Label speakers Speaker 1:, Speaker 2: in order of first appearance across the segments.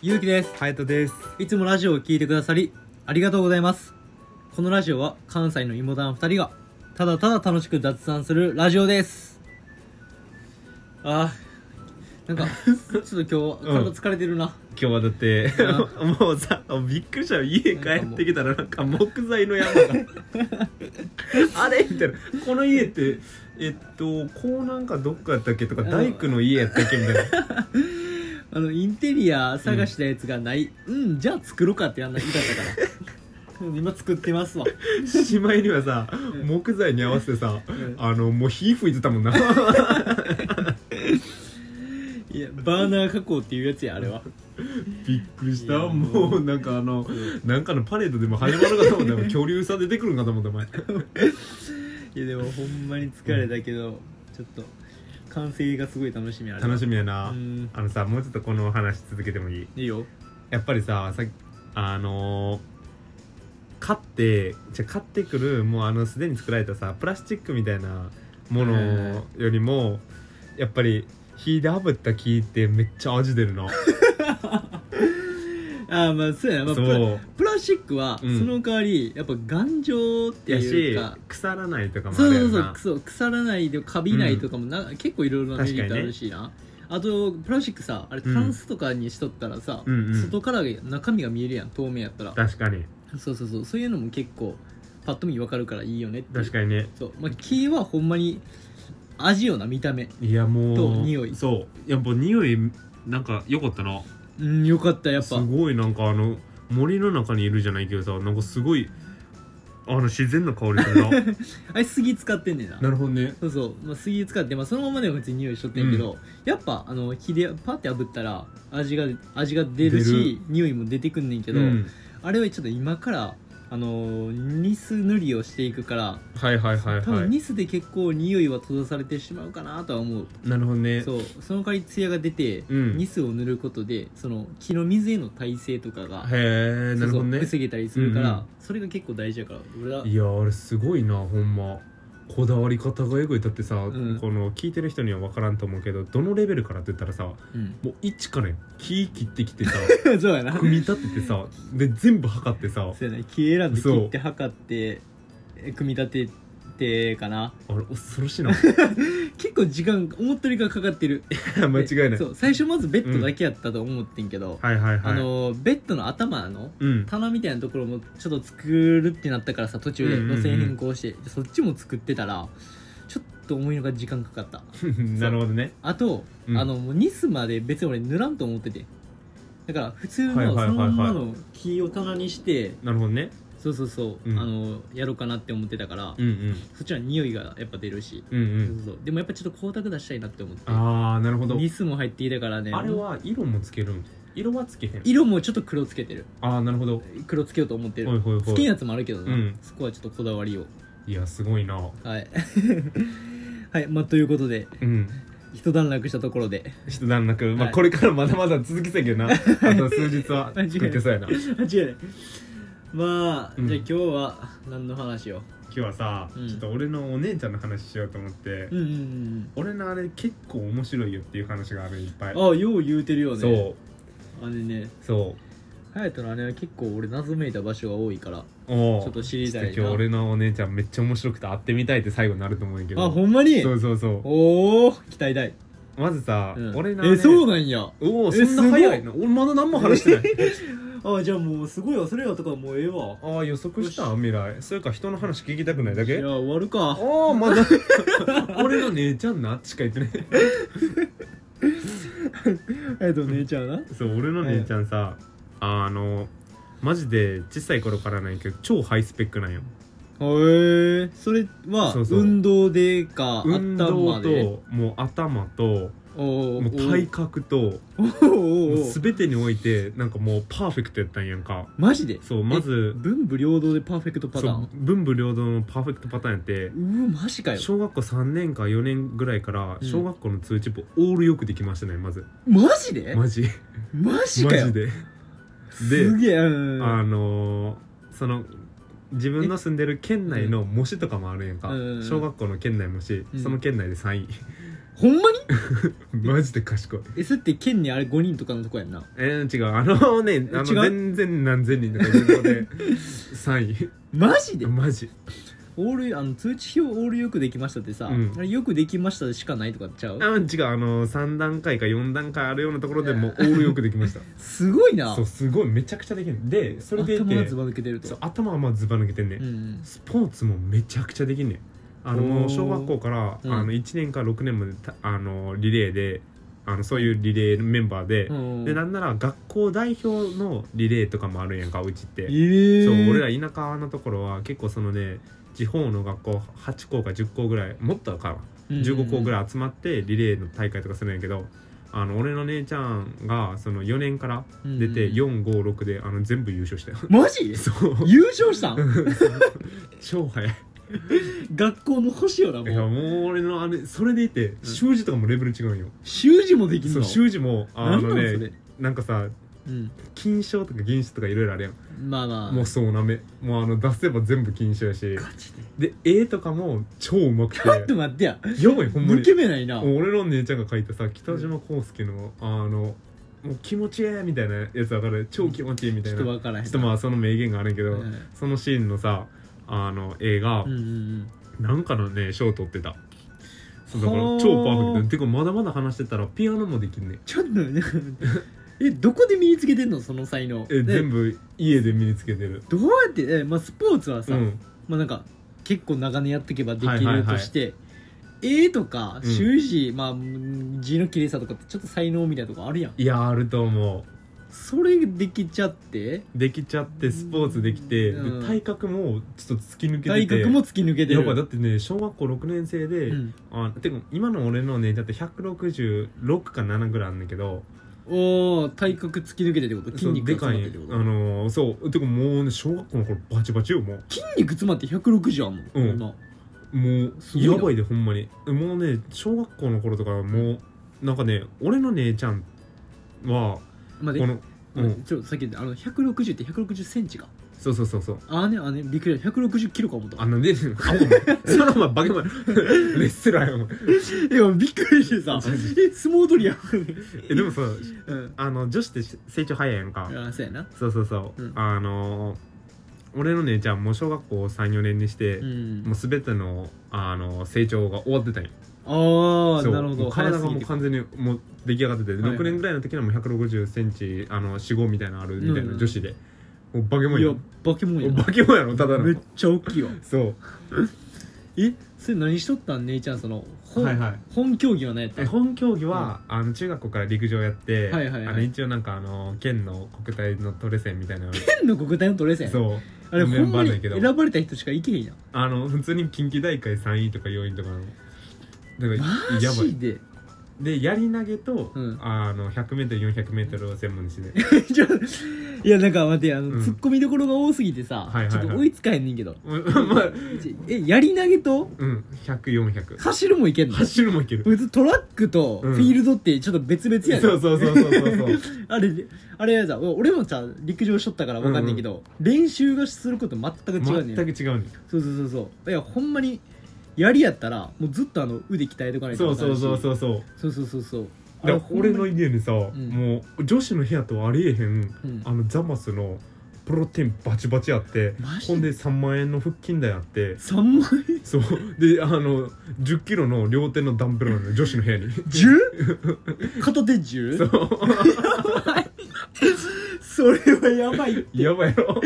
Speaker 1: ゆうきです
Speaker 2: ハヤトです。
Speaker 1: いつもラジオを聞いてくださりありがとうございますこのラジオは関西の妹だん2人がただただ楽しく雑談するラジオですあー なんかちょっと今
Speaker 2: うん
Speaker 1: 日体疲れてるな、
Speaker 2: 今日はだって
Speaker 1: う
Speaker 2: もうさびっくりしたよ家帰ってきたらなんか木材の山が あれみたいなこの家ってえっと江南かどっかやったっけとか
Speaker 1: うん
Speaker 2: 大工の家やったっけみたいな
Speaker 1: あのインテリア探したやつがないうん、じゃあ作ろうかってやんない言いたから 今作ってますわ
Speaker 2: しまいにはさ
Speaker 1: うん
Speaker 2: 木材に合わせてさ
Speaker 1: ん
Speaker 2: あのもう火吹いてた もんな
Speaker 1: いやバーナー加工っていうやつやあれは
Speaker 2: びっくりし
Speaker 1: い
Speaker 2: た
Speaker 1: や
Speaker 2: もうなんかあのなんかのパレードでも始まるかと 思ったよ恐竜さん出てくるんかと思ったお前
Speaker 1: いやでもほんまに疲れたけど、ちょっと完成がすごい楽しみあれは
Speaker 2: 楽しみや
Speaker 1: う
Speaker 2: なんあのさもうちょっとこの話続けてもいい
Speaker 1: いいよ
Speaker 2: やっぱりささあのー買ってじゃ買ってくるもうあのすでに作られたさプラスチックみたいなものよりもやっぱり火で炙った木ってめっちゃ味 出るの
Speaker 1: ああまあそうやな、まあ、
Speaker 2: そ
Speaker 1: プラ
Speaker 2: う
Speaker 1: プラスチックはそ
Speaker 2: うん
Speaker 1: の代わりやっぱ頑丈って
Speaker 2: や
Speaker 1: いう
Speaker 2: し
Speaker 1: か、
Speaker 2: 腐らないとかもあ
Speaker 1: そう
Speaker 2: る
Speaker 1: そ
Speaker 2: よ
Speaker 1: うそう
Speaker 2: な
Speaker 1: そう腐らないでカビないとかもな、結構いろいろなメリットあるしな、あとプラスチックさあれ
Speaker 2: うん
Speaker 1: タンスとかにしとったらさ、
Speaker 2: うんうん
Speaker 1: 外から中身が見えるやん透明やったら
Speaker 2: 確かに
Speaker 1: そうそうそうそういうのも結構パッと見分かるからいいよねっていう
Speaker 2: 確かにね
Speaker 1: そう、まあ、木はほんまに味よな見た目
Speaker 2: いやもう
Speaker 1: と匂い
Speaker 2: そうやっぱ匂いなんか良かったな
Speaker 1: うんよかったやっ
Speaker 2: す
Speaker 1: ぱ
Speaker 2: ごいなんかあの森の中にいるじゃないけどさなんかすごいあの自然な香りするな
Speaker 1: あれ杉使ってん ねんな
Speaker 2: るほどね
Speaker 1: そうそう、まあ、杉使って、まあ、そのままでも別に匂いしとってんけど、やっぱあの火でパッて炙ったら味が味が出る
Speaker 2: 出
Speaker 1: し
Speaker 2: る
Speaker 1: 匂いも出てくんねんけど、
Speaker 2: うん
Speaker 1: あれはちょっと今からあのニス塗りをしていくから
Speaker 2: はいはいはい
Speaker 1: 多
Speaker 2: は
Speaker 1: 分ニスで結構匂いは閉ざされてしまうかなとは思う、
Speaker 2: いなるほどね
Speaker 1: そうその代わり艶が出て、
Speaker 2: うん
Speaker 1: ニスを塗ることでその木の水への耐性とかが、
Speaker 2: へえ
Speaker 1: そ
Speaker 2: な
Speaker 1: う
Speaker 2: る
Speaker 1: そ
Speaker 2: ほ
Speaker 1: う
Speaker 2: どね
Speaker 1: 防げたりするから、
Speaker 2: うんうん
Speaker 1: それが結構大事やから俺はい
Speaker 2: やあれすごいなほんまこだわり方がえぐいだってさ、
Speaker 1: ん
Speaker 2: この聞いてる人には分からんと思うけどどのレベルからって言ったらさも
Speaker 1: うん
Speaker 2: う一からやん木切ってきてさ
Speaker 1: そうやな
Speaker 2: 組み立ててさで全部測ってさ
Speaker 1: そうやね木選んで
Speaker 2: そう
Speaker 1: 切って測ってえ組み立ててかな
Speaker 2: あれ恐ろ しいな
Speaker 1: 結構時間思ったよりかかかってる
Speaker 2: 間違いな い
Speaker 1: そう最初まずベッドだけやったと思ってんけど、
Speaker 2: はいはいはい
Speaker 1: あのベッドの頭の
Speaker 2: うん
Speaker 1: 棚みたいなところもちょっと作るってなったからさ途中で
Speaker 2: うんうんうん
Speaker 1: 路線変更して、でそっちも作ってたらちょっと思いのが時間かかった
Speaker 2: なるほどね
Speaker 1: あと、
Speaker 2: うん
Speaker 1: あのもうニスまで別に俺塗らんと思っててだから普通の
Speaker 2: はい
Speaker 1: そ
Speaker 2: はいはいはい
Speaker 1: のままの木を棚にして
Speaker 2: なるほどね
Speaker 1: そうそうそう、
Speaker 2: うん
Speaker 1: あのやろうかなって思ってたから
Speaker 2: うんうん
Speaker 1: そっちは匂いがやっぱ出るし、
Speaker 2: うんうん
Speaker 1: そうそうでもやっぱちょっと光沢出したいなって思って
Speaker 2: ああなるほど
Speaker 1: ニスも入っていたからね
Speaker 2: あれは色もつけるん色はつけへん
Speaker 1: 色もちょっと黒つけてる
Speaker 2: ああなるほど
Speaker 1: 黒つけようと思ってる、
Speaker 2: ほいほいほ
Speaker 1: 好
Speaker 2: い
Speaker 1: きなやつもあるけどな、
Speaker 2: うん
Speaker 1: そこはちょっとこだわりを
Speaker 2: いやすごいな
Speaker 1: はい はいまあということで
Speaker 2: うん
Speaker 1: 一段落したところ で
Speaker 2: 一段落、ま
Speaker 1: は
Speaker 2: あ、
Speaker 1: い
Speaker 2: これからまだまだ続きそうやけど なあと数日 は
Speaker 1: 間違いない
Speaker 2: 作ってそうやな今
Speaker 1: 間違いないまあ、
Speaker 2: うん
Speaker 1: じゃあ今日は何の話を
Speaker 2: 日はさ、
Speaker 1: うん
Speaker 2: ちょっと俺のお姉ちゃんの話しようと思って、
Speaker 1: うんうん
Speaker 2: 俺のあれ結構面白いよっていう話があるいっぱい、
Speaker 1: うんああよう言うてるよね
Speaker 2: そう
Speaker 1: あれね
Speaker 2: そ
Speaker 1: 隼人の姉は結構俺謎めいた場所が多いから
Speaker 2: うお
Speaker 1: ちょっと知りたいな
Speaker 2: ちょっと今日俺のお姉ちゃんめっちゃ面白くて会ってみたいって最後になると思うんやけど
Speaker 1: あほんまに
Speaker 2: そうそうそ
Speaker 1: おお期待大、
Speaker 2: うまずさ、
Speaker 1: うん
Speaker 2: 俺の
Speaker 1: えそうな
Speaker 2: だ
Speaker 1: んや
Speaker 2: おおそ
Speaker 1: え
Speaker 2: んな早いの俺まだ何も話してない
Speaker 1: あじゃあもうすごい忘れよとかもうええわ
Speaker 2: ああ予測した未来それか人の話聞きたくないだ
Speaker 1: い
Speaker 2: け
Speaker 1: や終わるか
Speaker 2: ああまだ 俺の姉ちゃんなしか言ってない
Speaker 1: えっと姉ちゃんな
Speaker 2: そう俺の姉ちゃんさ、あのマジで小さい頃からなんやけど超ハイスペックなんよ
Speaker 1: へえそれは
Speaker 2: そうそう
Speaker 1: 運動でか
Speaker 2: 運動
Speaker 1: 頭で
Speaker 2: ともう頭と
Speaker 1: お
Speaker 2: もう体格と
Speaker 1: おーお
Speaker 2: もう
Speaker 1: ー
Speaker 2: 全てにおいてなんかもうパーフェクトやったんやんか
Speaker 1: マジで
Speaker 2: そうまず
Speaker 1: 文武両道でパーフェクトパタ
Speaker 2: そ
Speaker 1: ー
Speaker 2: う
Speaker 1: ン
Speaker 2: 文武両道のパーフェクトパターンやって
Speaker 1: うーマジかよ
Speaker 2: 小学校3年か4年ぐらいから
Speaker 1: うん
Speaker 2: 小学校の通知簿オールよくできましたねまず
Speaker 1: マジで
Speaker 2: マジ
Speaker 1: マジか
Speaker 2: マ
Speaker 1: よ
Speaker 2: ジです
Speaker 1: げえうん
Speaker 2: あのーその自分の住んでる県内の模試とかもあるやんか、
Speaker 1: うん
Speaker 2: 小学校の県内模試、
Speaker 1: うん
Speaker 2: その県内で3位
Speaker 1: ほんまに
Speaker 2: マジで賢い
Speaker 1: S って県にあれ5人とかのとこやんな
Speaker 2: えー、違うあのねあの
Speaker 1: 違う
Speaker 2: 全然何千人とかいうの で3
Speaker 1: マジ
Speaker 2: 位
Speaker 1: で
Speaker 2: マジ
Speaker 1: オールあの通知表オールよくできましたってさ、
Speaker 2: うん
Speaker 1: あれよくできましたしかないとかちゃう
Speaker 2: あ違うあの3段階か4段階あるようなところでもうオールよくできました
Speaker 1: すごいな
Speaker 2: そうすごいめちゃくちゃできるでそれでいて
Speaker 1: 頭がずば抜けてると
Speaker 2: そう頭はまあずば抜けてんね、
Speaker 1: うんうん
Speaker 2: スポーツもめちゃくちゃできんねんあのも
Speaker 1: お
Speaker 2: う
Speaker 1: ー
Speaker 2: 小学校から、
Speaker 1: うん
Speaker 2: あの1年から6年までたあのリレーであのそういうリレーメンバーで、
Speaker 1: うん
Speaker 2: でなんなら学校代表のリレーとかもあるんやんかうちって、
Speaker 1: えー、
Speaker 2: そう俺ら田舎のところは結構そのね地方の学校8校か10校ぐらいもっとかな15校ぐ
Speaker 1: い、
Speaker 2: らい集まってリレーの大会とかするんやけどあの俺の姉ちゃんがその4年から
Speaker 1: うんうん
Speaker 2: 出て456であの全部優勝したよ
Speaker 1: マジ
Speaker 2: そう
Speaker 1: 優勝したん
Speaker 2: 超早い
Speaker 1: 学校の星よない
Speaker 2: や
Speaker 1: もう
Speaker 2: もう俺のあれそれでいて習字とかもレベル違うんよ、
Speaker 1: 習字もできんの
Speaker 2: そう習字もあ
Speaker 1: 何な
Speaker 2: の
Speaker 1: んそ
Speaker 2: ね
Speaker 1: れ、
Speaker 2: なんかさ
Speaker 1: うん、
Speaker 2: 金賞とか銀賞とかいろいろあるやん、
Speaker 1: まあまあ
Speaker 2: もうそうなめもうあの出せば全部金賞やし
Speaker 1: ガチで
Speaker 2: で絵とかも超うまくて
Speaker 1: ちょっと待ってや
Speaker 2: 読むよほんま
Speaker 1: 抜
Speaker 2: に
Speaker 1: け目ないな
Speaker 2: もう俺の姉ちゃんが書いたさ北島康介のあのもう気持ちええみたいなやつわかる超気持ちいいみた
Speaker 1: ち
Speaker 2: い
Speaker 1: ょっと
Speaker 2: なちょ
Speaker 1: わからへん
Speaker 2: っとまあその名言があるんやけど、
Speaker 1: うん
Speaker 2: そのシーンのさあの映画、
Speaker 1: うんうん
Speaker 2: なんかのね賞取ってたそうだから
Speaker 1: はあ
Speaker 2: 超パーフェクトてかまだまだ話してたらピアノもできんね
Speaker 1: ちょっとねえどこで身につけてんのその才能
Speaker 2: え
Speaker 1: ね
Speaker 2: 全部家で身につけてる
Speaker 1: どうやってえ、まあ、スポーツはさ、
Speaker 2: うん
Speaker 1: まあなんか結構長年やっていけばで
Speaker 2: は
Speaker 1: き
Speaker 2: いはい
Speaker 1: る
Speaker 2: はい
Speaker 1: として、絵とか
Speaker 2: うん
Speaker 1: 習字、まあうん字の綺麗さとかってちょっと才能みたいなとこあるやん
Speaker 2: いやあると思
Speaker 1: それできちゃって
Speaker 2: うできちゃってスポーツできて、
Speaker 1: うん
Speaker 2: で体格もちょっと突き抜けてて
Speaker 1: 大学も突き抜けてる
Speaker 2: やばいだってね小学校6年生で、
Speaker 1: うん
Speaker 2: あてか今の俺のねだって166か7ぐらいあるんだけど
Speaker 1: おー体格突き抜けてってこと筋肉が
Speaker 2: そう
Speaker 1: 詰
Speaker 2: で
Speaker 1: ま
Speaker 2: か
Speaker 1: って
Speaker 2: い
Speaker 1: ってこと
Speaker 2: あのーそうてかもうね小学校の頃バチバチよもう
Speaker 1: 筋肉詰まって160あんもん、
Speaker 2: うん
Speaker 1: な
Speaker 2: もう
Speaker 1: すごいな
Speaker 2: やばいでほんまにもうね小学校の頃とかはもうなんかね俺の姉ちゃんは
Speaker 1: 待
Speaker 2: こ
Speaker 1: って
Speaker 2: の、うん、
Speaker 1: ちょっとさっきあの160って1 6 0センチか
Speaker 2: そうそうそうそう
Speaker 1: あーねあーねびっくりした160キロか思った
Speaker 2: あのね あお前そのままバケモン レッスラーやお前
Speaker 1: いやびっくりしてさえ相撲取りやん
Speaker 2: えでもさ
Speaker 1: うん
Speaker 2: あの女子って成長早いやんか、
Speaker 1: あーそうやな
Speaker 2: そうそうそう、
Speaker 1: うん
Speaker 2: あのー俺の姉ちゃんもう小学校34年にして、
Speaker 1: うん
Speaker 2: もう全ての、あのー成長が終わってたんよ
Speaker 1: ああ
Speaker 2: そう
Speaker 1: なるほ
Speaker 2: も
Speaker 1: ど
Speaker 2: う体
Speaker 1: 早
Speaker 2: がもう
Speaker 1: すぎて
Speaker 2: 完全にもう出来上がってて、
Speaker 1: はいはい
Speaker 2: 6年ぐらいの時にはもう1 6 0ンチあの4 5みたいなのあるみたいな、
Speaker 1: うん
Speaker 2: 女子でもうバケモン
Speaker 1: い
Speaker 2: や
Speaker 1: や
Speaker 2: ん
Speaker 1: バケモンや
Speaker 2: バケモンやろただ
Speaker 1: め
Speaker 2: の
Speaker 1: っちゃ大きいわ
Speaker 2: そう
Speaker 1: えそれ何しとったん姉ちゃんその本,、
Speaker 2: はいはい
Speaker 1: 本競技は何やった
Speaker 2: え
Speaker 1: ん
Speaker 2: 本競技は、あの中学校から陸上やって、
Speaker 1: はいはいはい
Speaker 2: あの一応なんかあの県の国体のトレセンみた いなの
Speaker 1: 県の国体のトレセン
Speaker 2: そう
Speaker 1: あれほ
Speaker 2: メン
Speaker 1: んま
Speaker 2: バー
Speaker 1: に
Speaker 2: だけど
Speaker 1: 選ばれた人しか行けへんやん
Speaker 2: あの普通に近畿大会3位とか4位とかのだから
Speaker 1: マ
Speaker 2: やばい
Speaker 1: ジで
Speaker 2: でやり投げと、
Speaker 1: うん
Speaker 2: あの 100m400m を専門にし てね
Speaker 1: ちょいやなんか待ってあの、
Speaker 2: うん
Speaker 1: ツッコミどころが多すぎてさ、
Speaker 2: はいはいはい
Speaker 1: ちょっと追いつかへんねんけど
Speaker 2: まあ
Speaker 1: ちえやり投げと
Speaker 2: うん100400
Speaker 1: 走るもいけんの
Speaker 2: 走るもいける
Speaker 1: 別にトラックと
Speaker 2: うん
Speaker 1: フィールドってちょっと別々やねん、
Speaker 2: そうそうそうそうそうそう
Speaker 1: あれあれやさ俺もさ陸上しとったから分かんねんけど、練習がすること全 く違うねん
Speaker 2: 全く違うね
Speaker 1: そうそうそうそういやほんまにやりやったらもうずっとあの腕鍛えとかないと
Speaker 2: そうそうそう
Speaker 1: う
Speaker 2: そうそう
Speaker 1: そうそうそうそうあ
Speaker 2: だ
Speaker 1: れ
Speaker 2: から俺の
Speaker 1: ほんまに
Speaker 2: 家にさ、
Speaker 1: ん
Speaker 2: もう女子の部屋とはありえへん、
Speaker 1: ん
Speaker 2: あのザマスのプロテインバチバチあって
Speaker 1: マジで
Speaker 2: ほんで3万円の腹筋台あって
Speaker 1: 3万円
Speaker 2: そうであの1 0キロの両手のダンベルなのよ女子の部屋 に
Speaker 1: 10? 片手 10?
Speaker 2: そう
Speaker 1: それはやばい
Speaker 2: やばいや ろ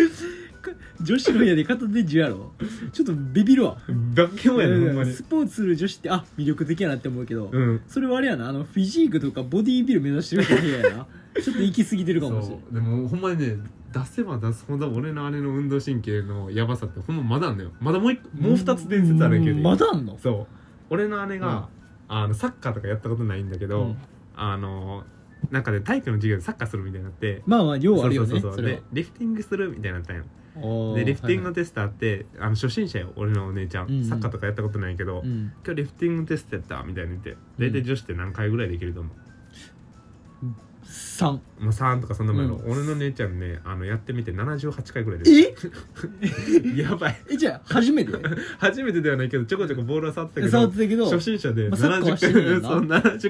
Speaker 1: 女子の部屋で片手10やろちょっとビビるわ
Speaker 2: バケモンやねほんまに
Speaker 1: スポーツする女子ってあ魅力的やなって思うけど、
Speaker 2: うん
Speaker 1: それはあれやなあのフィジークとかボディービル目指してる人の部屋や なちょっと行き過ぎてるかもしれない
Speaker 2: そうでもほんまにね出せば出すほど俺の姉の運動神経のやばさってほんままだあんのよまだもう一個もう2つ伝説あるんやけど、
Speaker 1: うんまだあんの
Speaker 2: そう俺の姉が、あのサッカーとかやったことないんだけど、
Speaker 1: うん
Speaker 2: あのなんかで体育の授業でサッカーするみたいになって
Speaker 1: まあまあ量はあるよ
Speaker 2: そう
Speaker 1: ね
Speaker 2: そうそう
Speaker 1: そ
Speaker 2: で
Speaker 1: れ
Speaker 2: リフティングするみたいになったんよ
Speaker 1: は
Speaker 2: でリフティング
Speaker 1: は
Speaker 2: のテストあって、あの初心者よ俺のお姉ちゃん、
Speaker 1: うんうん
Speaker 2: サッカーとかやったことないけど、
Speaker 1: いはいうん
Speaker 2: 今日リフティングテストやったみたいに言って大体女子って何回ぐらいできると思う、
Speaker 1: 3
Speaker 2: まあ、3とかそんなもんやろ、
Speaker 1: うん
Speaker 2: 俺の姉ちゃんねあのやってみて78回ぐらいで
Speaker 1: え
Speaker 2: やばい
Speaker 1: えじゃあ初めて
Speaker 2: 初めてではないけどちょこちょこボールは触ってたけど
Speaker 1: 触ってたけど
Speaker 2: 初心者で
Speaker 1: まあサッカーは
Speaker 2: 70
Speaker 1: して
Speaker 2: 回、
Speaker 1: るよな
Speaker 2: そう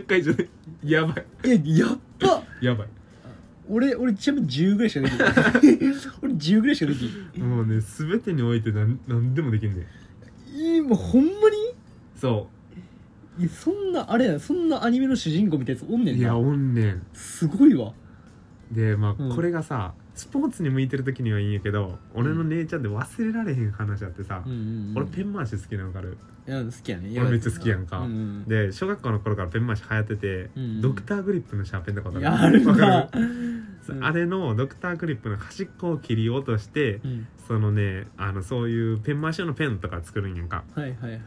Speaker 2: 70回以上でやばい
Speaker 1: えやっば
Speaker 2: やばい
Speaker 1: 俺俺ちなみに10ぐらいしかできない 俺10ぐらいしかできない
Speaker 2: もうね全てにおいて何何でもできんねん
Speaker 1: えもうほんま
Speaker 2: そ
Speaker 1: にえそんなあれやそんなアニメの主人公みたいなやつおん
Speaker 2: う
Speaker 1: ねん
Speaker 2: いや
Speaker 1: な
Speaker 2: おんねん
Speaker 1: すごいわ
Speaker 2: でまあ、
Speaker 1: うん
Speaker 2: これがさスポーツに向いてる時にはいいんやけど俺の姉ちゃんで忘れられへん話あってさ、
Speaker 1: うんうん、うん、
Speaker 2: 俺ペン回し好きなのわかる、
Speaker 1: いや好きやね
Speaker 2: 俺めっちゃ好きやんか
Speaker 1: うんうん
Speaker 2: で小学校の頃からペン回し流行ってて、
Speaker 1: うんうん
Speaker 2: ドクターグリップのシャーペンとか
Speaker 1: いやある
Speaker 2: わか
Speaker 1: な
Speaker 2: る、そうあれのドクターグリップの端っこを切り落として
Speaker 1: うん、
Speaker 2: そのねあのそういうペン回し用のペンとか作るんやんか、
Speaker 1: はいはいはいはい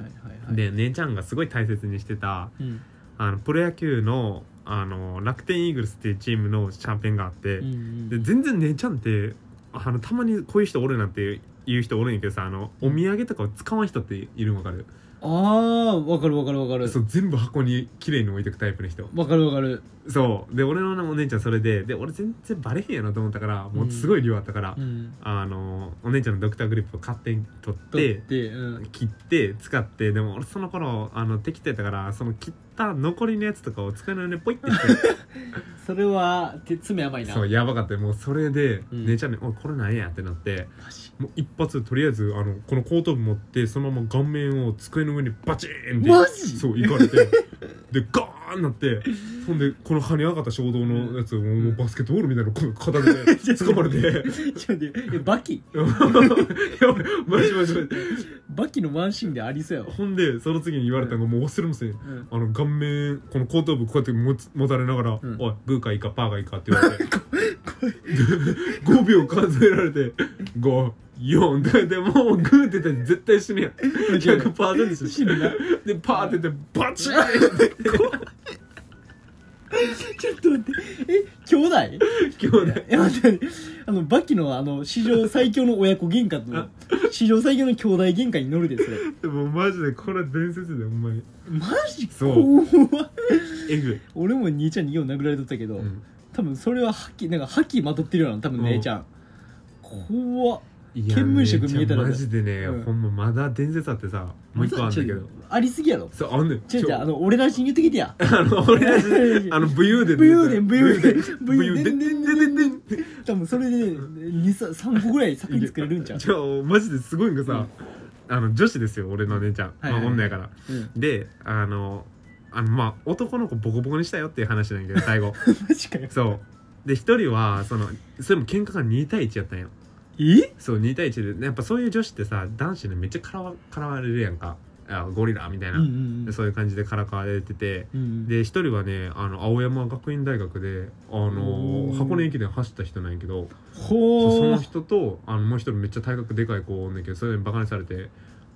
Speaker 1: はい
Speaker 2: で姉ちゃんがすごい大切にしてた
Speaker 1: うん
Speaker 2: あのプロ野球のあの楽天イーグルスっていうチームのシャーペンがあって、
Speaker 1: うんうん、
Speaker 2: で全然姉ちゃんってあのたまにこういう人おるなっていう人おるんやけどさあのお土産とかを使わん人っているんわかる、
Speaker 1: ああわかるわかるわかる
Speaker 2: そう全部箱に綺麗に置いてくタイプの人
Speaker 1: わかるわかる
Speaker 2: そうで俺のお姉ちゃんそれでで俺全然バレへんやなと思ったからもうすごい量あったから、
Speaker 1: うん
Speaker 2: あのお姉ちゃんのドクターグリップを勝手に取っ
Speaker 1: 取
Speaker 2: て
Speaker 1: ってうん
Speaker 2: 切って使ってでも俺その頃あの適当やったからその切った残りのやつとかを机の上でポイってして
Speaker 1: それは手爪甘いな
Speaker 2: そうやばかったよもうそれで、
Speaker 1: うん
Speaker 2: 姉ちゃんに「おいこれなんや?」ってなって
Speaker 1: マジ
Speaker 2: もう一発とりあえずあのこの後頭部持ってそのまま顔面を机の上にバチーンって
Speaker 1: マジ
Speaker 2: そういかれてでガーンなってほんでこの跳ね上がった衝動のやつをもうバスケットボールみたいなこう片 手で掴まれて
Speaker 1: ちょっと待ってえバキ
Speaker 2: やばいマジマジマジ
Speaker 1: バキのワンシーンでありそうやわ、
Speaker 2: ほんでその次に言われたのがもう忘れません
Speaker 1: うん、
Speaker 2: あの顔面この後頭部こうやって持つ持たれながら「
Speaker 1: うん
Speaker 2: おいグーかイかパーがいいか」って言われて5秒数えられて54ってでもうグーって言ったら絶対死ぬやん100%死ぬ
Speaker 1: 死ぬな
Speaker 2: でパーって言ってバチーンって
Speaker 1: ちょっと待ってえ兄弟
Speaker 2: 兄弟
Speaker 1: え待ってあのバキのあの史上最強の親子喧嘩と史上最強の兄弟喧嘩に乗る でそれ
Speaker 2: で もマジでこれは伝説だよほんまに
Speaker 1: マジ
Speaker 2: そう
Speaker 1: 怖い
Speaker 2: えぐい、
Speaker 1: 俺も兄ちゃんによう殴られとったけど、
Speaker 2: うん
Speaker 1: 多分それは覇気なんか覇気まとってるような多分姉ちゃん怖っ
Speaker 2: いや
Speaker 1: 見聞色見えたら
Speaker 2: マジでね、
Speaker 1: うん
Speaker 2: ほんままだ伝説あってさもう一個あんだけ
Speaker 1: ちょ
Speaker 2: ど
Speaker 1: ありすぎやろ
Speaker 2: そうあんねん
Speaker 1: 違う違うあの俺らしに言ってきてや
Speaker 2: あの俺たちあの武勇伝
Speaker 1: 武勇伝武勇伝
Speaker 2: 武勇伝
Speaker 1: 武
Speaker 2: でん
Speaker 1: 勇
Speaker 2: でんでんでんでん
Speaker 1: 多分それで2さ3個ぐらい作品作れるんちゃう
Speaker 2: じゃあマジですごいんがさ、あの女子ですよ俺の姉ちゃん、
Speaker 1: はいはいはい
Speaker 2: まあ、女やから
Speaker 1: うん
Speaker 2: であのあのまあ男の子ボコボコにしたよっていう話なんやけど 最後
Speaker 1: マジかよ
Speaker 2: そうで一人はそのそれも喧嘩が2対1やったんよ
Speaker 1: え
Speaker 2: そう2対1でやっぱそういう女子ってさ男子にめっちゃからわからわれるやんかあゴリラみたい
Speaker 1: うん
Speaker 2: な、
Speaker 1: うん
Speaker 2: でそういう感じでからかわれてて
Speaker 1: うん
Speaker 2: で一人はねあの青山学院大学であの
Speaker 1: おー
Speaker 2: 箱根駅伝走った人なんやけどそうそ
Speaker 1: ほう
Speaker 2: の人とあのもう一人めっちゃ体格でかい子おんねんけどそれにバカにされて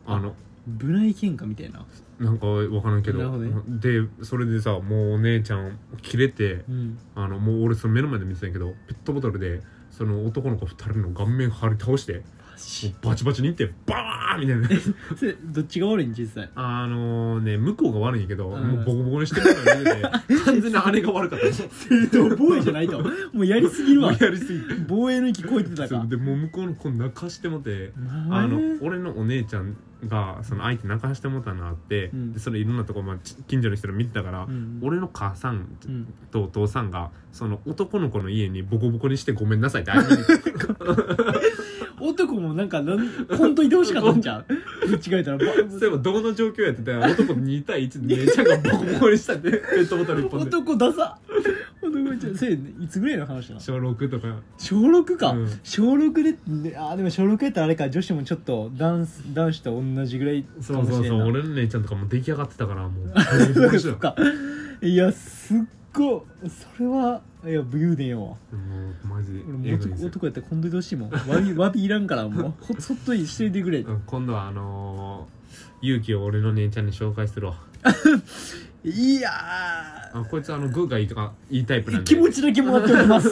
Speaker 2: あの
Speaker 1: ブライ喧嘩みたいな
Speaker 2: なんかわからんけど
Speaker 1: なるほどね
Speaker 2: でそれでさもうお姉ちゃんキレて
Speaker 1: うん
Speaker 2: あのもう俺その目の前で見てたんやけどペットボトルでその男の子二人の顔面張り倒しても
Speaker 1: マ
Speaker 2: う
Speaker 1: ジ
Speaker 2: バチバチにいってバーンみたい な。
Speaker 1: それどっちが悪いん実際
Speaker 2: あのね、向こうが悪いんやけど、
Speaker 1: うん
Speaker 2: もうボコボコにしてるから 見てて、完全に姉が悪かった。
Speaker 1: 正当防衛じゃないともうやりすぎる
Speaker 2: もう
Speaker 1: わ
Speaker 2: やりすぎて。
Speaker 1: 防衛の域超えてた
Speaker 2: そ
Speaker 1: か
Speaker 2: うでもう向こうの子泣かしてもて
Speaker 1: あ
Speaker 2: あの俺のお姉ちゃんがその相手泣かしてもたなって、
Speaker 1: うん
Speaker 2: でそれいろんなとこ、まあ、ち近所の人ら見てたから、俺の母さん
Speaker 1: うん
Speaker 2: とお父さんがその男の子の家にボコボコにしてごめんなさいって謝りに来て
Speaker 1: 男もなんかなんほんといてほしかったんち ゃう間違えたらば
Speaker 2: そういえばどの状況やってたら男2対1で姉ちゃんがボコボコに したってペットボトル1本で
Speaker 1: 男ダサ男ちゃんせいつぐらいの話なの
Speaker 2: 小6とか
Speaker 1: 小6か、
Speaker 2: うん
Speaker 1: 小6でであーでも小6やったらあれか女子もちょっと男子男子と同じぐらいかもしれ
Speaker 2: そ
Speaker 1: ん
Speaker 2: う
Speaker 1: な
Speaker 2: そうそう俺の姉ちゃんとかもう出来上がってたから もうボコボコにして
Speaker 1: そったかいやすっごいそれはいや武勇伝やわ
Speaker 2: もうマジ
Speaker 1: 俺
Speaker 2: え
Speaker 1: も
Speaker 2: ぐいで
Speaker 1: 男
Speaker 2: すよ
Speaker 1: 男やったらこんどいてほしいもんわびわびいらんからもうほそっといしていてくれ
Speaker 2: うん今度はあのー、勇気を俺の姉ちゃんに紹介するわ
Speaker 1: いや
Speaker 2: あこいつあのグーがいいとかいいタイプな
Speaker 1: ー
Speaker 2: んで
Speaker 1: 気持ちだけもらっており ます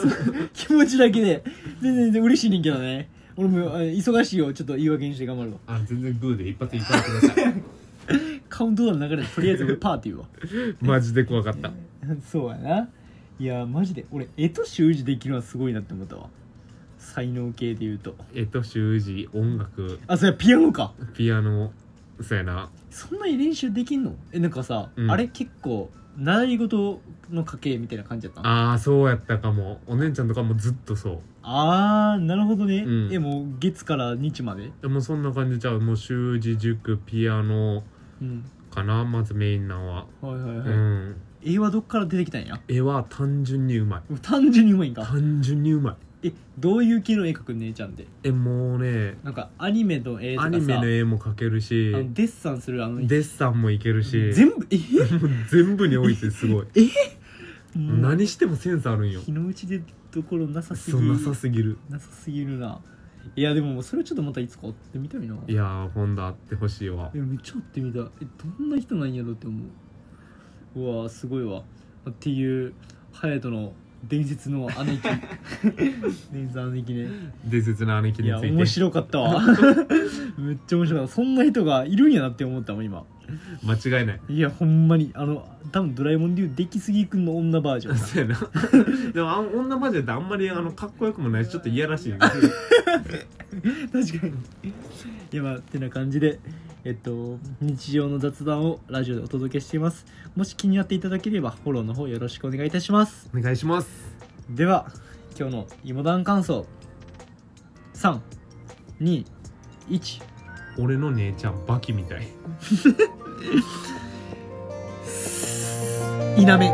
Speaker 1: 気持ちだけで全然全然嬉しいねんけどね俺もあ忙しいよちょっと言い訳にして頑張るわ
Speaker 2: あ全然グーで一発いかれてくだ さい
Speaker 1: カウントダウンの中でとりあえず俺パーティーは
Speaker 2: マジで怖かった
Speaker 1: そうやないやマジで俺絵と習字できるのはすごいなって思ったわ才能系で言うと
Speaker 2: 絵と習字音楽
Speaker 1: あそれピアノか
Speaker 2: ピアノそうやな
Speaker 1: そんなに練習できんのえなんかさ、
Speaker 2: うん
Speaker 1: あれ結構習い事の家系みたいな感じだったの
Speaker 2: ああそうやったかもお姉ちゃんとかもずっとそう
Speaker 1: あーなるほどね、
Speaker 2: うん
Speaker 1: えもう月から日まで
Speaker 2: でもそんな感じちゃうもう習字塾ピアノ
Speaker 1: うん
Speaker 2: かなまずメインなんは、
Speaker 1: はいはいはい、
Speaker 2: うん
Speaker 1: 絵はどっから出てきたんや
Speaker 2: 絵は単純にうまい
Speaker 1: 単純にうまいんか
Speaker 2: 単純にうまい
Speaker 1: えどういう系の絵描く姉ちゃんって
Speaker 2: えもうね
Speaker 1: なんかアニメの絵とか
Speaker 2: ア
Speaker 1: さ
Speaker 2: ニメの絵も描けるし
Speaker 1: あのデッサンするあの
Speaker 2: デッサンもいけるし
Speaker 1: 全部え
Speaker 2: もう全部においてすごい何してもセンスあるんよ
Speaker 1: 日のうちでどころなさすぎ
Speaker 2: そう
Speaker 1: る
Speaker 2: なさすぎる
Speaker 1: なさすぎるないやでもそれちょっとまたいつか追ってみたいない
Speaker 2: いやー今度会ってほしいわ
Speaker 1: やめっちゃ追ってみたいえどんな人なんやろって思ううわーすごいわっていう隼人の伝説の姉 貴伝説の姉貴ね
Speaker 2: 伝説の姉貴
Speaker 1: い
Speaker 2: に
Speaker 1: や
Speaker 2: ついて
Speaker 1: 面白かった わめっちゃ面白かったそんな人がいるんやなって思ったもん今
Speaker 2: 間違いない
Speaker 1: いやほんまにあの多分ドラえもんでいう出来すぎくんの女バージョンだ
Speaker 2: そうやなでもあん女マジであんまりあのかっこよくもないしちょっといや らしい
Speaker 1: 確かにいやまあてな感じでえっと日常の雑談をラジオでお届けしていますもし気になっていただければフォローの方よろしくお願いいたします
Speaker 2: お願いします
Speaker 1: では今日の芋団感想321
Speaker 2: 俺の姉ちゃんバキみたい
Speaker 1: いなめ